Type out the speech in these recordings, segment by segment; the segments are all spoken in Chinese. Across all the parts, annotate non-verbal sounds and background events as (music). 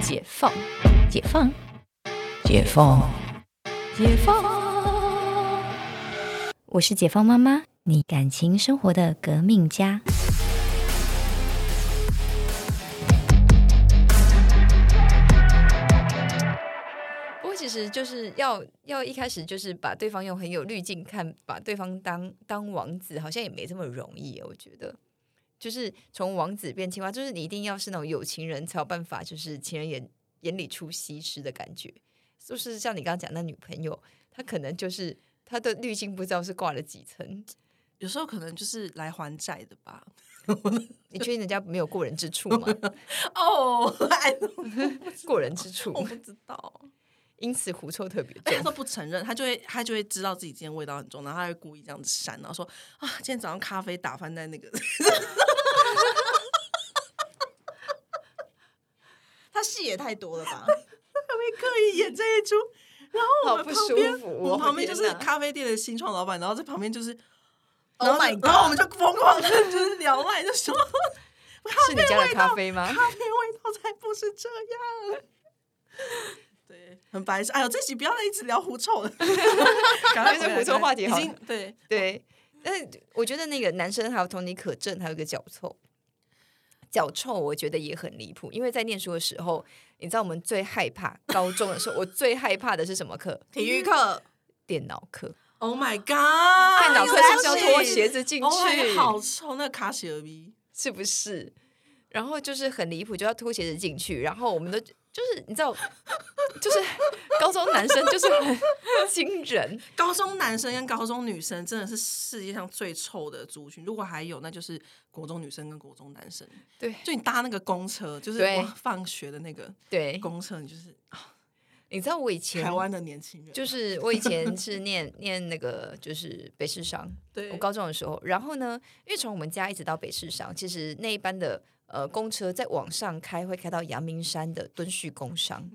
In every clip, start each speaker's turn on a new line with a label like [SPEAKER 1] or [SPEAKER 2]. [SPEAKER 1] 解放，解放，解放，解放。
[SPEAKER 2] 我是解放妈妈，你感情生活的革命家。
[SPEAKER 1] 不过其实就是要要一开始就是把对方用很有滤镜看，把对方当当王子，好像也没这么容易。啊我觉得，就是从王子变青蛙，就是你一定要是那种有情人才有办法，就是情人眼眼里出西施的感觉。就是像你刚刚讲那女朋友，她可能就是她的滤镜不知道是挂了几层，
[SPEAKER 3] 有时候可能就是来还债的吧。
[SPEAKER 1] 你确定人家没有过人之处吗？
[SPEAKER 3] (laughs) 哦， (laughs) 哎，
[SPEAKER 1] 过人之处，
[SPEAKER 3] 我不知道， (laughs)
[SPEAKER 1] 因此狐臭特别
[SPEAKER 3] 而且他
[SPEAKER 1] 重。
[SPEAKER 3] 都不承认，他就会他就会知道自己今天味道很重，然后他会故意这样子删，然后说啊，今天早上咖啡打翻在那个。 (laughs) 他戏也太多了吧？他会刻意演这一出，然后我
[SPEAKER 1] 好不
[SPEAKER 3] 们旁边，
[SPEAKER 1] 舒服哦
[SPEAKER 3] 我们旁边就是
[SPEAKER 1] 天哪
[SPEAKER 3] 咖啡店的新创老板，然后在旁边就是
[SPEAKER 2] Oh
[SPEAKER 3] 然后就
[SPEAKER 2] my god
[SPEAKER 3] 然后我们就疯狂的就是聊赖，就说
[SPEAKER 1] 是你家的咖啡吗？
[SPEAKER 3] 咖啡味道才不是这样。对，很白痴。哎呦，这集不要再一直聊狐臭了，赶快
[SPEAKER 1] 这
[SPEAKER 3] 回来
[SPEAKER 1] 狐臭话题
[SPEAKER 3] 已
[SPEAKER 1] 好
[SPEAKER 3] 经对
[SPEAKER 1] 对，但是我觉得那个男生还有同理可证，还有一个脚臭，脚臭我觉得也很离谱。因为在念书的时候，你知道我们最害怕高中的时候，我最害怕的是什么课？
[SPEAKER 3] 体育课。
[SPEAKER 1] 电脑课。
[SPEAKER 3] Oh my god！
[SPEAKER 1] 电脑课是不是要脱鞋
[SPEAKER 3] 子
[SPEAKER 1] 子进
[SPEAKER 3] 哦，
[SPEAKER 1] 去？
[SPEAKER 3] 好臭，那卡西尔逼。
[SPEAKER 1] 是不是？然后就是很离谱，就要脱鞋子进去，然后我们都就是你知道，就是高中男生就是很 (laughs) 惊人，
[SPEAKER 3] 高中男生跟高中女生真的是世界上最臭的族群，如果还有，那就是国中女生跟国中男生。
[SPEAKER 1] 对
[SPEAKER 3] 就你搭那个公车，就是
[SPEAKER 1] 对
[SPEAKER 3] 哇放学的那个
[SPEAKER 1] 对，
[SPEAKER 3] 公车，你就是
[SPEAKER 1] 你知道我以前
[SPEAKER 3] 台湾的年轻人，
[SPEAKER 1] 就是我以前是念念那个就是北市商，
[SPEAKER 3] 对
[SPEAKER 1] 我高中的时候，然后呢，因为从我们家一直到北市商，其实那一班的呃公车在往上开会开到阳明山的敦叙工商，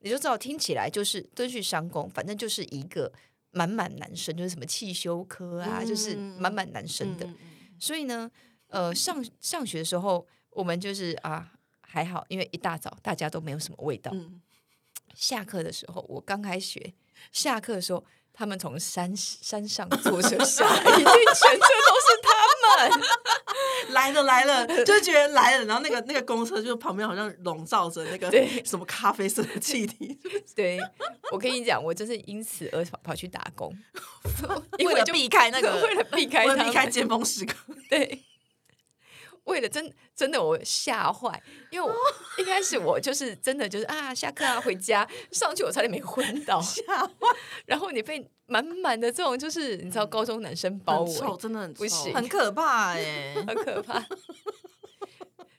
[SPEAKER 1] 你就知道听起来就是敦叙商工，反正就是一个满满男生，就是什么汽修科啊，
[SPEAKER 3] 嗯
[SPEAKER 1] 就是满满男生的。
[SPEAKER 3] 嗯嗯嗯
[SPEAKER 1] 所以呢，呃，上上学的时候，我们就是啊还好，因为一大早大家都没有什么味道，
[SPEAKER 3] 嗯，
[SPEAKER 1] 下课的时候，我刚开学，下课的时候，他们从山山上坐车
[SPEAKER 3] (laughs)
[SPEAKER 1] 下来，一定全车都是他们。
[SPEAKER 3] 来了
[SPEAKER 1] (laughs)
[SPEAKER 3] 来了，就觉得来了，然后那个那个公车就旁边好像笼罩着那个
[SPEAKER 1] 对
[SPEAKER 3] 什么咖啡色的气体，
[SPEAKER 1] 对，我跟你讲，我真是因此而跑跑去打工，因
[SPEAKER 3] (laughs) 为了
[SPEAKER 1] 就，
[SPEAKER 3] 避开那个
[SPEAKER 1] (laughs) 为了避 (laughs) 开
[SPEAKER 3] 为
[SPEAKER 1] 他
[SPEAKER 3] 了
[SPEAKER 1] 们，
[SPEAKER 3] 避开尖峰时刻，
[SPEAKER 1] 对，为了真真的我吓坏，因
[SPEAKER 3] (laughs)
[SPEAKER 1] 为我一开始我就是真的就是啊下课啊回家上去我差点没昏倒，
[SPEAKER 3] 吓
[SPEAKER 1] 然后你被满满的这种就是你知道高中男生包
[SPEAKER 3] 嗯很
[SPEAKER 1] 围，哦
[SPEAKER 3] 臭，真的很臭
[SPEAKER 1] 不行
[SPEAKER 3] 很可怕哎、
[SPEAKER 1] 很可怕。 (laughs)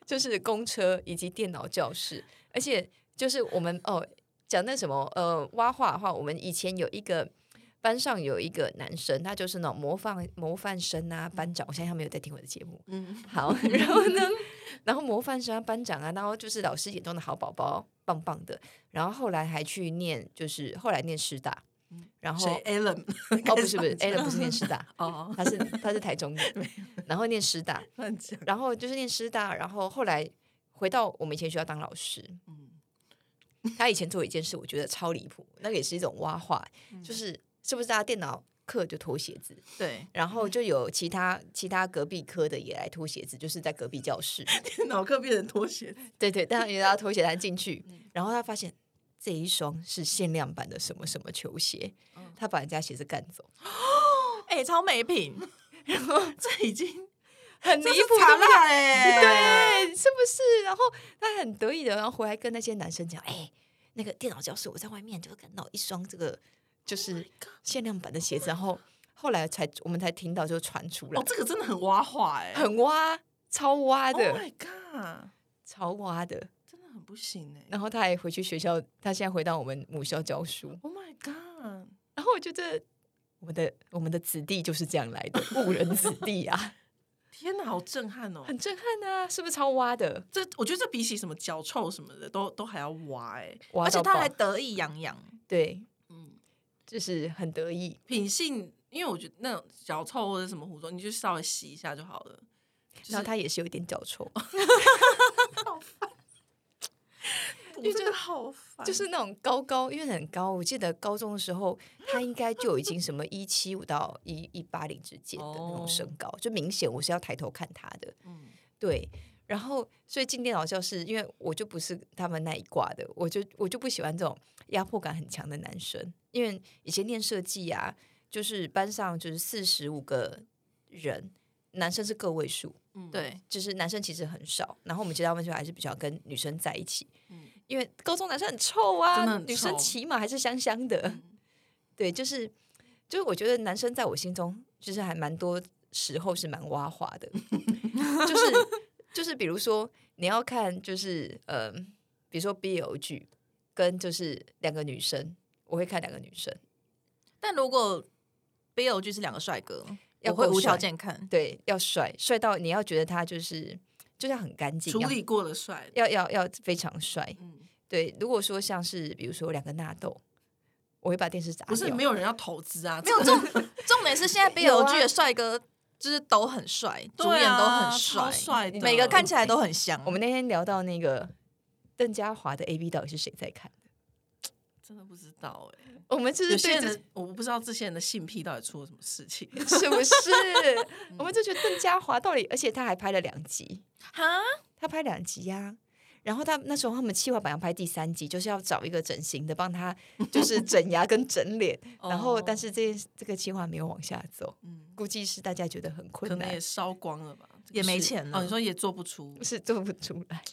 [SPEAKER 1] 就是公车以及电脑教室，而且就是我们哦，讲那什么呃挖话的话，我们以前有一个班上有一个男生，他就是那种模范模范生啊，班长。我相信他没有在听我的节目。
[SPEAKER 3] 嗯，
[SPEAKER 1] 好， (laughs) 然后呢，然后模范生啊，班长啊，然后就是老师眼中的好宝宝，棒棒的。然后后来还去念，就是后来念师大，然后
[SPEAKER 3] 谁 Alan？
[SPEAKER 1] 哦不是不是 a l 不是念师
[SPEAKER 3] (laughs)
[SPEAKER 1] 大，
[SPEAKER 3] 哦，
[SPEAKER 1] 他是他是台中的，然后念师大，
[SPEAKER 3] 乱 (laughs) 讲，
[SPEAKER 1] 然后就是念师大，然后后来回到我们以前学校当老师。
[SPEAKER 3] 嗯
[SPEAKER 1] (laughs) 他以前做一件事，我觉得超离谱，那个也是一种挖话，
[SPEAKER 3] 嗯
[SPEAKER 1] 就是是不是大家电脑课就脱鞋子，
[SPEAKER 3] 对，
[SPEAKER 1] 然后就有其他其他隔壁科的也来脱鞋子，就是在隔壁教
[SPEAKER 3] (laughs)
[SPEAKER 1] 室，
[SPEAKER 3] 电脑课变成拖鞋，
[SPEAKER 1] 对对，但他也要脱鞋单进去，
[SPEAKER 3] 嗯
[SPEAKER 1] 然后他发现这一双是限量版的什么什么球鞋，
[SPEAKER 3] 嗯
[SPEAKER 1] 他把人家鞋子干
[SPEAKER 3] (laughs)
[SPEAKER 1] 走，
[SPEAKER 4] 哎、超没品，
[SPEAKER 3] 这已经
[SPEAKER 1] 很离
[SPEAKER 3] 这是
[SPEAKER 1] 谱，对
[SPEAKER 3] 惨
[SPEAKER 1] 不对啊
[SPEAKER 3] 了哎、
[SPEAKER 1] 对，是不是？然后他很得意的，然后回来跟那些男生讲，哎、那个电脑教室，我在外面就看到一双这个就是限量版的鞋子，然后后来才我们才听到就传出来，
[SPEAKER 3] 哦，这个真的很挖话哎、
[SPEAKER 1] 很挖，超挖
[SPEAKER 3] Oh
[SPEAKER 1] 的
[SPEAKER 3] my god，
[SPEAKER 1] 超挖的。
[SPEAKER 3] 真的很不行哎、
[SPEAKER 1] 然后他还回去学校，他现在回到我们母校教书。
[SPEAKER 3] Oh my god，
[SPEAKER 1] 然后我觉得我们的我们的子弟就是这样来 (laughs) 的，误人子弟啊，
[SPEAKER 3] 天哪，好震撼哦！
[SPEAKER 1] 很震撼啊，是不是超挖的？
[SPEAKER 3] 这我觉得这比起什么脚臭什么的，都都还要挖哎、
[SPEAKER 1] 挖
[SPEAKER 4] 而且
[SPEAKER 1] 到
[SPEAKER 4] 他
[SPEAKER 1] 爆
[SPEAKER 4] 还得意洋洋。
[SPEAKER 1] 对，
[SPEAKER 3] 嗯。
[SPEAKER 1] 就是很得意。
[SPEAKER 3] 品性，因为我觉得那种脚臭或者什么狐臭，你就稍微洗一下就好了。就是
[SPEAKER 1] 然后他也是有一点脚臭，
[SPEAKER 3] 我
[SPEAKER 1] 就是
[SPEAKER 3] 真的好
[SPEAKER 1] (laughs)
[SPEAKER 3] 烦，
[SPEAKER 1] 就是那种高高，因为很高。我记得高中的时候，他应该就已经什么一七五到一一八零之间的那种身高，就明显我是要抬头看他的。
[SPEAKER 4] 嗯，
[SPEAKER 1] 对，然后所以进电脑教室，因为我就不是他们那一挂的，我就我就不喜欢这种压迫感很强的男生，因为以前念设计啊，就是班上就是四十五个人，男生是个位数，
[SPEAKER 4] 嗯，
[SPEAKER 1] 对，就是男生其实很少，然后我们其他班就还是比较跟女生在一起，
[SPEAKER 4] 嗯
[SPEAKER 1] 因为高中男生很臭
[SPEAKER 3] 真的
[SPEAKER 1] 啊，
[SPEAKER 3] 很
[SPEAKER 1] 女生
[SPEAKER 3] 臭嗯
[SPEAKER 1] 起码还是香香的，对，就是就是我觉得男生在我心中就是还蛮多时候是蛮挖滑
[SPEAKER 3] (laughs)
[SPEAKER 1] 的，就是就是比如说你要看就是呃，比如说 BL 剧跟就是两个女生，我会看两个女生，
[SPEAKER 4] 但如果 BL 剧是两个帅哥，
[SPEAKER 1] 要
[SPEAKER 4] 我会
[SPEAKER 1] 够
[SPEAKER 4] 无条
[SPEAKER 1] 帅
[SPEAKER 4] 件看。
[SPEAKER 1] 对，要帅帅到你要觉得他就是就是要很干净，
[SPEAKER 3] 处
[SPEAKER 1] 要
[SPEAKER 3] 理过的帅，
[SPEAKER 1] 要要要非常帅。
[SPEAKER 4] 嗯，
[SPEAKER 1] 对，如果说像是比如说两个纳豆，我会把电视砸掉。
[SPEAKER 3] 不是没有人要投资啊，
[SPEAKER 4] 哎 (laughs) 没有
[SPEAKER 3] 这
[SPEAKER 4] 重重点是现在
[SPEAKER 1] 有
[SPEAKER 4] BL
[SPEAKER 1] 啊
[SPEAKER 4] 剧的帅哥就是都很帅，主
[SPEAKER 3] 对
[SPEAKER 4] 演
[SPEAKER 3] 啊
[SPEAKER 4] 都很
[SPEAKER 3] 超帅的，
[SPEAKER 4] 每个看起来都很香。
[SPEAKER 1] 我们那天聊到那个邓家华的 A B 到底是谁在看？
[SPEAKER 3] 真的不知道哎、
[SPEAKER 1] 我们就是
[SPEAKER 3] 有些
[SPEAKER 1] 对这
[SPEAKER 3] 人的我不知道这些人的性癖到底出了什么事情，
[SPEAKER 1] 是不是？
[SPEAKER 3] (laughs) 嗯
[SPEAKER 1] 我们就觉得邓家华到底，而且他还拍了两集，
[SPEAKER 4] 哈，
[SPEAKER 1] 他拍两集呀、然后他那时候他们计划版要拍第三集，就是要找一个整形的帮
[SPEAKER 3] (laughs)
[SPEAKER 1] 他，就是整牙跟整脸。然
[SPEAKER 3] 哦
[SPEAKER 1] 后，但是这这个计划没有往下走，
[SPEAKER 4] 嗯，
[SPEAKER 1] 估计是大家觉得很
[SPEAKER 3] 可
[SPEAKER 1] 困
[SPEAKER 3] 能
[SPEAKER 1] 难
[SPEAKER 3] 也，烧光了吧，
[SPEAKER 4] 也没
[SPEAKER 3] 就是
[SPEAKER 4] 钱了
[SPEAKER 3] 哦。你说也做不出，
[SPEAKER 1] 是做不出来，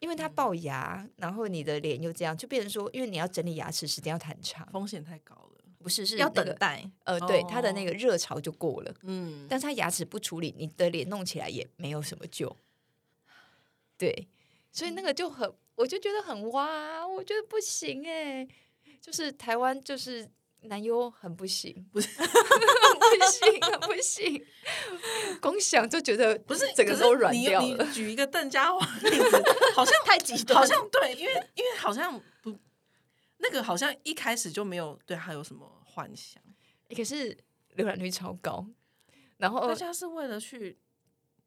[SPEAKER 1] 因为他
[SPEAKER 3] 嗯
[SPEAKER 1] 龅牙，然后你的脸又这样，就变成说，因为你要整理牙齿时间要很长，
[SPEAKER 3] 风险太高了。
[SPEAKER 1] 不是是
[SPEAKER 4] 要
[SPEAKER 1] 那个
[SPEAKER 4] 等待。
[SPEAKER 1] 呃，对，他的那
[SPEAKER 3] 哦
[SPEAKER 1] 个热潮就过了。
[SPEAKER 3] 嗯，
[SPEAKER 1] 但是他牙齿不处理，你的脸弄起来也没有什么救。对，所以那个就很，我就觉得很哇，啊我觉得不行哎、就是台湾就是男优很 (laughs) 不行，
[SPEAKER 3] 不是
[SPEAKER 1] 很不行，很不行，光想就觉得
[SPEAKER 3] 不是
[SPEAKER 1] (laughs) 整个
[SPEAKER 3] 可是
[SPEAKER 1] 都软
[SPEAKER 3] 你
[SPEAKER 1] 掉
[SPEAKER 3] 你
[SPEAKER 1] 了。 (laughs)
[SPEAKER 3] 举一个邓家华的例子，好像
[SPEAKER 4] 太极端了
[SPEAKER 3] 好像对，因为因为好像不，那个好像一开始就没有对他有什么幻想，
[SPEAKER 1] 可是浏览率超高，然后
[SPEAKER 3] 大家是为了去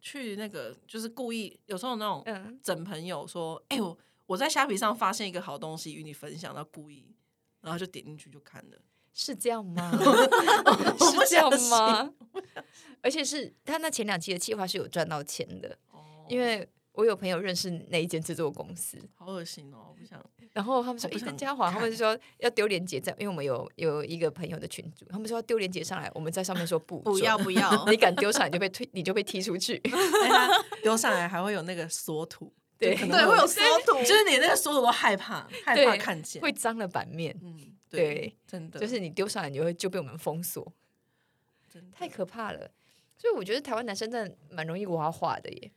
[SPEAKER 3] 去那个，就是故意有时候那种
[SPEAKER 1] 嗯，
[SPEAKER 3] 整朋友说，哎、我我在虾皮上发现一个好东西与你分享，然后故意。然后就点进去就看了，
[SPEAKER 1] 是这样吗？
[SPEAKER 3] 我不
[SPEAKER 1] 是这样
[SPEAKER 3] 相信
[SPEAKER 1] 吗？ (laughs) 而且是他那前两期的计划是有赚到钱的，
[SPEAKER 3] 哦
[SPEAKER 1] 因为我有朋友认识那一间制作公司，
[SPEAKER 3] 好恶心哦，我不想。
[SPEAKER 1] 然后他们说
[SPEAKER 3] 我：“不
[SPEAKER 1] 诶，
[SPEAKER 3] 想
[SPEAKER 1] 邓家华，
[SPEAKER 3] 看
[SPEAKER 1] 他们说要丢链接在，因为我们有有一个朋友的群组，他们说要丢链接上来，我们在上面说不
[SPEAKER 4] 不 (laughs) 要
[SPEAKER 1] 准
[SPEAKER 4] 不要
[SPEAKER 1] 你敢丢上来你就被推，你就被踢出去。
[SPEAKER 3] 哎它丢上来还会有那个缩图，
[SPEAKER 1] 对
[SPEAKER 3] 就可能
[SPEAKER 4] 对，会有缩图，
[SPEAKER 3] 就是你那个缩图都害怕，害怕
[SPEAKER 1] 对，
[SPEAKER 3] 看见，
[SPEAKER 1] 会脏了版面，
[SPEAKER 3] 嗯，
[SPEAKER 1] 对
[SPEAKER 3] 对，真的
[SPEAKER 1] 就是你丢上来，你就会就被我们封锁，
[SPEAKER 3] 真的
[SPEAKER 1] 太可怕了。所以我觉得台湾男生真的蛮容易挖话的耶。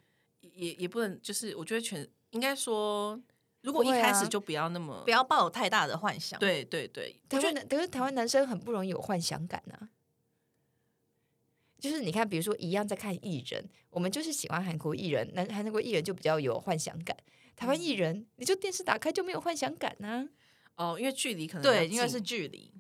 [SPEAKER 3] 也也不能，就是我觉得全应该说，如果一
[SPEAKER 1] 不会啊
[SPEAKER 3] 开始就不要那么，
[SPEAKER 4] 不要抱有太大的幻想。，
[SPEAKER 3] 对对对，
[SPEAKER 1] 台湾男，可是台湾男生很不容易有幻想感啊。就是你看，比如说一样在看艺人，我们就是喜欢韩国艺人，南韩国艺人就比较有幻想感。台湾
[SPEAKER 3] 嗯
[SPEAKER 1] 艺人，你就电视打开就没有幻想感啊？
[SPEAKER 3] 哦，因为距离可能
[SPEAKER 4] 对，
[SPEAKER 3] 比较
[SPEAKER 4] 因为是
[SPEAKER 3] 近，
[SPEAKER 4] 距离。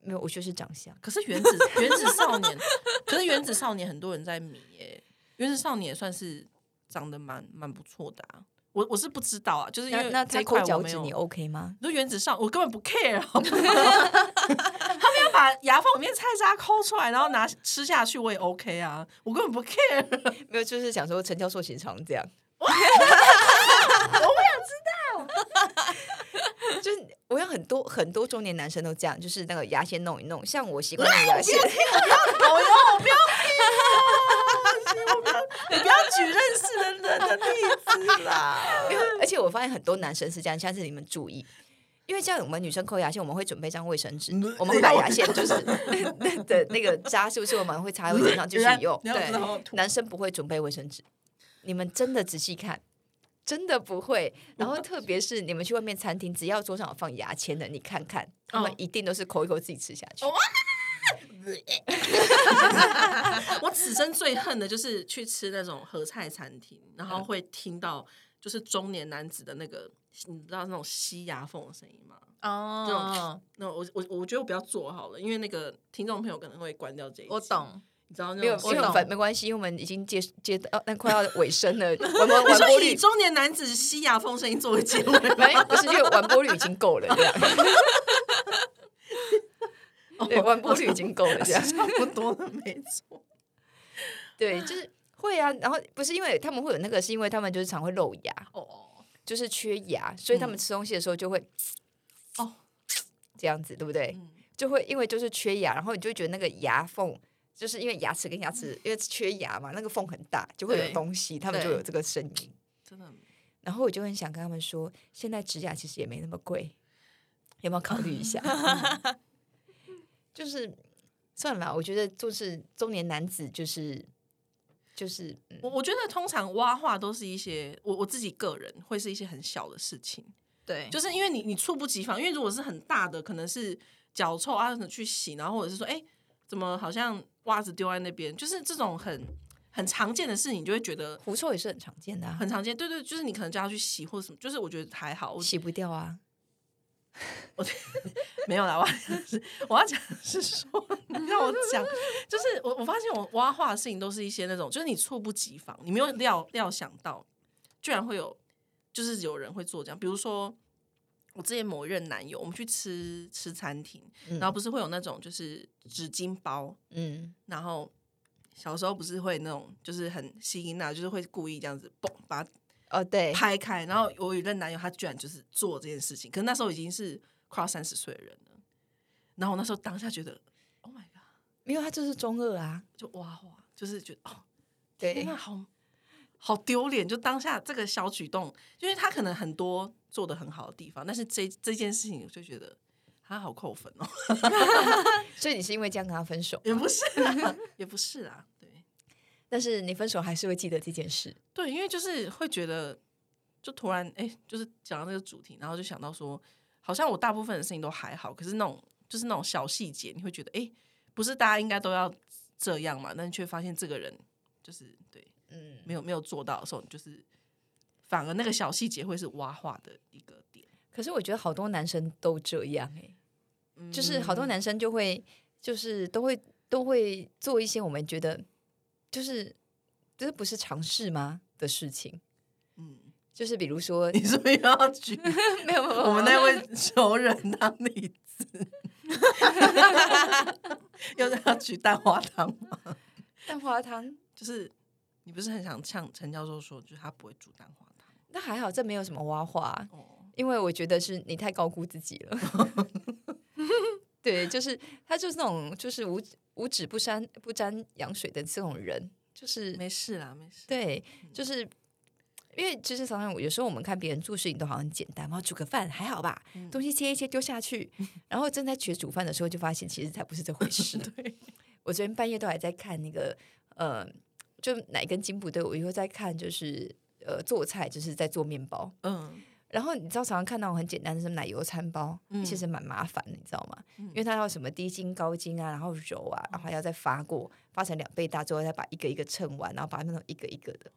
[SPEAKER 1] 没有，我就是长相。
[SPEAKER 3] 可是原子原子少年，可是原子少年很多人在迷耶，原子少年也算是长得蛮蛮不错的啊，我我是不知道啊，就是因
[SPEAKER 1] 那
[SPEAKER 3] 为
[SPEAKER 1] 那
[SPEAKER 3] 这
[SPEAKER 1] 他
[SPEAKER 3] 一
[SPEAKER 1] 抠
[SPEAKER 3] 块我
[SPEAKER 1] 脚
[SPEAKER 3] 没
[SPEAKER 1] 趾，
[SPEAKER 3] 有
[SPEAKER 1] 你 OK 吗？
[SPEAKER 3] (laughs) 你说原子上，我根本不 care，好不好他们要把牙缝里面菜渣抠出来，然后拿吃下去，我也 OK 啊，我根本不 care。
[SPEAKER 1] 没有，就是想说陈教授其实常这 (laughs) 样。我想知道， (laughs) 就是我有很多很多中年男生都这样，就是那个牙线弄一弄，像我习惯用牙线， (laughs)
[SPEAKER 3] 导游，我不要听哦，不行我不要，你不要举认识的人的例子啦。
[SPEAKER 1] 因为而且我发现很多男生是这样，下次你们注意，因为像我们女生抠牙线，我们会准备一张卫生纸，我们会把牙线就是 (laughs) 的那个渣，是不是我们会擦在卫生纸上继续用？
[SPEAKER 3] 你要知道
[SPEAKER 1] 对，男生不会准备卫生纸，你们真的仔细看。真的不会，然后特别是你们去外面餐厅，只要桌上有放牙签的，你看看，他们
[SPEAKER 3] 哦
[SPEAKER 1] 一定都是抠一抠自己吃下去。
[SPEAKER 3] 我此生最恨的就是去吃那种合菜餐厅，然后会听到就是中年男子的那个，你知道那种吸牙缝的声音吗？
[SPEAKER 4] 哦，
[SPEAKER 3] 那我我我觉得我不要做好了，因为那个听众朋友可能会关掉这一集。
[SPEAKER 4] 我懂，
[SPEAKER 3] 你知道那
[SPEAKER 1] 没有
[SPEAKER 3] 种
[SPEAKER 1] 没有
[SPEAKER 3] 我懂
[SPEAKER 1] 反没关系，因为我们已经接接到那快要尾声了，完完
[SPEAKER 3] 你
[SPEAKER 1] 完播
[SPEAKER 3] 说
[SPEAKER 1] 率
[SPEAKER 3] 以中年男子西牙风声音作为结尾
[SPEAKER 1] 没有不是因为完播率已经够了，这样对，完播率已经够了，
[SPEAKER 3] (laughs)
[SPEAKER 1] 这样
[SPEAKER 3] 差不多了，没错。
[SPEAKER 1] 对，就是会啊。然后不是因为他们会有那个，是因为他们就是常会露牙，
[SPEAKER 3] 哦，
[SPEAKER 1] 就是缺牙，所以他们吃东西的时候就会
[SPEAKER 3] 嗯哦
[SPEAKER 1] 这样子，对不对？
[SPEAKER 3] 嗯
[SPEAKER 1] 就会因为就是缺牙，然后你就会觉得那个牙缝。就是因为牙齿跟牙齿，因为缺牙嘛，那个缝很大，就会有
[SPEAKER 4] 对
[SPEAKER 1] 东西，他们就
[SPEAKER 4] 对
[SPEAKER 1] 有这个声音。
[SPEAKER 3] 真的很美
[SPEAKER 1] 然后我就很想跟他们说，现在指甲其实也没那么贵，要不要考虑一下？ (laughs) 就是算了，我觉得就是中年男子就是就是嗯
[SPEAKER 3] 我我觉得通常挖话都是一些我我自己个人会是一些很小的事情，
[SPEAKER 4] 对，
[SPEAKER 3] 就是因为你你猝不及防，因为如果是很大的，可能是脚臭啊什么去洗，然后或者是说，哎、怎么好像袜子丢在那边，就是这种很很常见的事情，你就会觉得
[SPEAKER 1] 狐臭也是很常见的、啊，
[SPEAKER 3] 很常见。对对，就是你可能叫他去洗或者什么，就是我觉得还好，我
[SPEAKER 1] 洗不掉啊。
[SPEAKER 3] (laughs) 没有啦，我要讲是我要讲的是说，你让我讲，就是我我发现我挖话的事情都是一些那种，就是你猝不及防，你没有料料想到，居然会有，就是有人会做这样。比如说，我之前某一任男友，我们去吃吃餐厅，
[SPEAKER 1] 嗯
[SPEAKER 3] 然后不是会有那种就是纸巾包，
[SPEAKER 1] 嗯，
[SPEAKER 3] 然后小时候不是会那种就是很吸引啊，就是会故意这样子嘣把它
[SPEAKER 1] 哦对，
[SPEAKER 3] 拍开。然后我有一任男友，他居然就是做这件事情，可是那时候已经是快要三十岁的人了。然后我那时候当下觉得，Oh my god，
[SPEAKER 1] 没有他就是中二啊，
[SPEAKER 3] 就哇哇，就是觉得哦，
[SPEAKER 1] 对
[SPEAKER 3] 天哪，好好丢脸！就当下这个小举动，因为他可能很多做的很好的地方，但是这这件事情我就觉得他好扣分哦， (laughs)
[SPEAKER 1] 所以你是因为这样跟他分手，
[SPEAKER 3] 也不是啦，也不是啦，对
[SPEAKER 1] 但是你分手还是会记得这件事。
[SPEAKER 3] 对，因为就是会觉得，就突然哎、就是讲到这个主题，然后就想到说，好像我大部分的事情都还好，可是那种就是那种小细节，你会觉得哎、不是大家应该都要这样嘛，但是却发现这个人就是对
[SPEAKER 1] 嗯，
[SPEAKER 3] 没有没有做到的时候，你就是反而那个小细节会是挖话的一个点， (laughs)
[SPEAKER 1] 可是我觉得好多男生都这样哎、就是好多男生就会，就是都会都会做一些我们觉得就是这不是尝试吗的事情，
[SPEAKER 3] 嗯，
[SPEAKER 1] 就是比如 (laughs) 说
[SPEAKER 3] 你是不是要举
[SPEAKER 1] 没有没啊有
[SPEAKER 3] 我们那位仇人当例子？ (laughs) 又在要举蛋花汤吗？
[SPEAKER 1] 蛋花汤，
[SPEAKER 3] 就是你不是很想像陈教授说，就是他不会煮蛋花汤
[SPEAKER 1] 那还好，这没有什么挖话、
[SPEAKER 3] 哦，
[SPEAKER 1] 因为我觉得是你太高估自己了。对，就是他就是那种就是五五指不沾不沾羊水的这种人，就是
[SPEAKER 3] 没事啦，没事。
[SPEAKER 1] 对，就是因为其实常常我有时候我们看别人做事情都好像很简单，然后煮个饭还好吧，东西切一切丢下去，然后正在学煮饭的时候就发现其实才不是这回事。对，我昨天半夜都还在看那个呃，就哪一根筋不对，我又在看就是呃做菜，就是在做面包。
[SPEAKER 3] 嗯，
[SPEAKER 1] 然后你知道，常常看到很简单的什么奶油餐包，
[SPEAKER 3] 嗯
[SPEAKER 1] 其实蛮麻烦的，你知道吗？
[SPEAKER 4] 嗯
[SPEAKER 1] 因为它要什么低筋、高筋啊，然后揉啊，然后还要再发过，发成两倍大之后，再把一个一个称完，然后把它弄成一个一个的。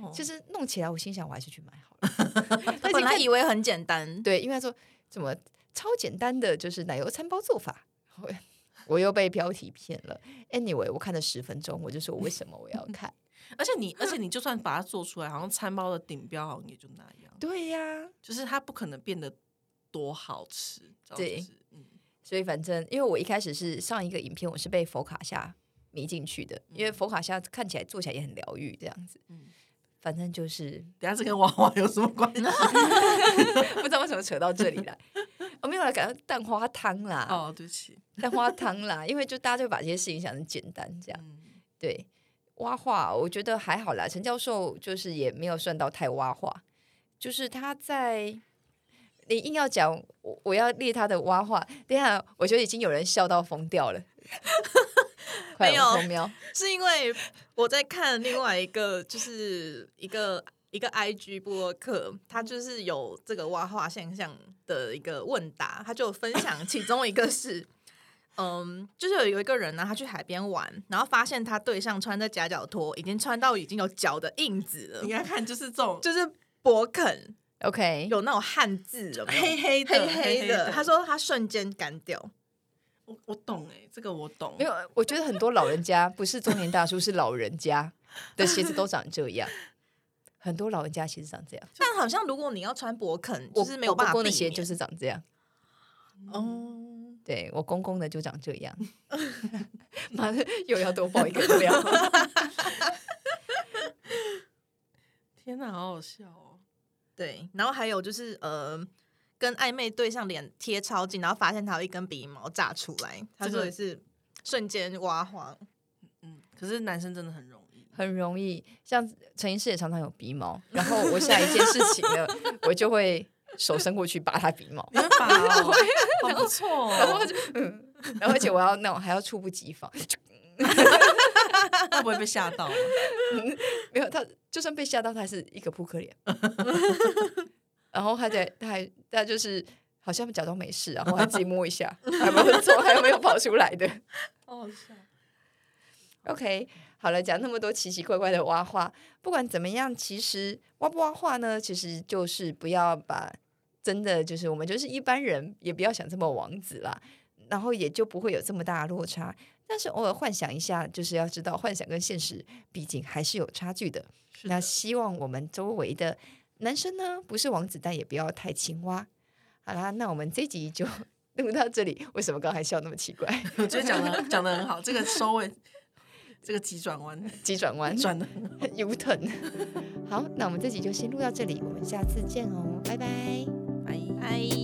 [SPEAKER 1] 哦，其实弄起来，我心想我还是去买好了。
[SPEAKER 4] (laughs)
[SPEAKER 1] 他已经
[SPEAKER 4] 本来
[SPEAKER 1] 看
[SPEAKER 4] 以为很简单，
[SPEAKER 1] 对，因为他说怎么超简单的就是奶油餐包做法，我 (laughs) 我又被标题骗了。Anyway，我看了十分钟，我就说为什么我要
[SPEAKER 4] (laughs)
[SPEAKER 1] 看？
[SPEAKER 3] 而且你，而且你就算把它做出来，好像餐包的顶标好像也就那样，
[SPEAKER 1] 对呀、
[SPEAKER 3] 就是它不可能变得多好吃。知道
[SPEAKER 1] 对
[SPEAKER 3] 就是嗯，
[SPEAKER 1] 所以反正因为我一开始是上一个影片，我是被佛卡夏迷进去的，因为佛卡夏看起来做起来也很疗愈，这样子。
[SPEAKER 3] 嗯
[SPEAKER 1] 反正就是 (laughs)
[SPEAKER 3] 等一下这跟娃娃有什么关系？
[SPEAKER 1] 不知道为什么扯到这里来，我、没有来感到蛋花汤啦，
[SPEAKER 3] 哦，对不起，
[SPEAKER 1] 蛋花汤啦，因为就大家就把这些事情想的简单这样。
[SPEAKER 3] 嗯，
[SPEAKER 1] 对，挖话我觉得还好啦，陈教授就是也没有算到太挖话，就是他在。你硬要讲我，我要列他的挖话，等一下我觉得已经有人笑到疯掉了。 (laughs) 快
[SPEAKER 4] 没有
[SPEAKER 1] 疯喵，
[SPEAKER 4] 是因为我在看另外一个，就是一个一个 IG 布洛克，他就是有这个挖画现象的一个问答，他就分享其中一个是。嗯，就是有有一个人呢，他去海边玩，然后发现他对象穿着夹脚拖，已经穿到已经有脚的印子了
[SPEAKER 3] 你，看看就是这种
[SPEAKER 4] 就是勃肯
[SPEAKER 1] OK，
[SPEAKER 4] 有那种汗渍了，
[SPEAKER 3] 黑黑的
[SPEAKER 4] 黑黑的。
[SPEAKER 3] 的，
[SPEAKER 4] 他说他瞬间干掉，
[SPEAKER 3] 我我懂哎、这个我懂。
[SPEAKER 1] 没有，我觉得很多老人家不是中年大叔，是老人家的鞋子都长这样。很多老人家鞋子长这样，
[SPEAKER 4] 但好像如果你要穿勃肯，
[SPEAKER 1] 我
[SPEAKER 4] 就是没有
[SPEAKER 1] 我公
[SPEAKER 4] 办法
[SPEAKER 1] 公的
[SPEAKER 4] 避
[SPEAKER 1] 鞋
[SPEAKER 4] 免。
[SPEAKER 1] 就是长这样，
[SPEAKER 3] 哦，
[SPEAKER 1] 对我公公的就长这
[SPEAKER 4] (laughs)
[SPEAKER 1] 样。 (laughs) 妈的，又要多爆一个料。
[SPEAKER 3] 天哪，好好笑哦！
[SPEAKER 4] 对，然后还有就是呃，跟暧昧对象脸贴超近，然后发现他有一根鼻毛炸出来，他
[SPEAKER 3] 这
[SPEAKER 4] 说
[SPEAKER 3] 个
[SPEAKER 4] 也是瞬间挖花。
[SPEAKER 3] 嗯，可是男生真的很容易。
[SPEAKER 1] 很容易，像陈医师也常常有鼻毛，然后我下一件事情呢，我就会手伸过去拔他鼻毛，
[SPEAKER 3] 没办法哦，好不错
[SPEAKER 1] 然后
[SPEAKER 3] 哦，
[SPEAKER 1] 就嗯，然后而且我要那种还要猝不及防，
[SPEAKER 3] 会不会被吓到啊？
[SPEAKER 1] 没有他就算被吓到，他还是一个扑克脸，然后他在他还他就是好像假装没事，然后还自己摸一下，还没有从还没有跑出来的。
[SPEAKER 3] 好好笑。
[SPEAKER 1] OK，好了，讲那么多奇奇怪怪的挖话，不管怎么样，其实挖不挖话呢，其实就是不要把真的就是我们就是一般人，也不要想这么王子啦，然后也就不会有这么大的落差。但是偶尔幻想一下，就是要知道幻想跟现实毕竟还是有差距的。
[SPEAKER 3] 是
[SPEAKER 1] 那
[SPEAKER 3] 的
[SPEAKER 1] 希望我们周围的男生呢，不是王子，但也不要太青蛙。好啦，那我们这集就 (laughs) 录到这里。为什么刚才笑那么奇怪？
[SPEAKER 3] (laughs) 我觉得讲的讲的很好，这个收尾，这个急转弯
[SPEAKER 1] 急转弯，
[SPEAKER 3] 转的很好
[SPEAKER 1] (laughs) U turn。好，那我们这集就先录到这里，我们下次见哦，拜拜。
[SPEAKER 3] 哎
[SPEAKER 4] 哎。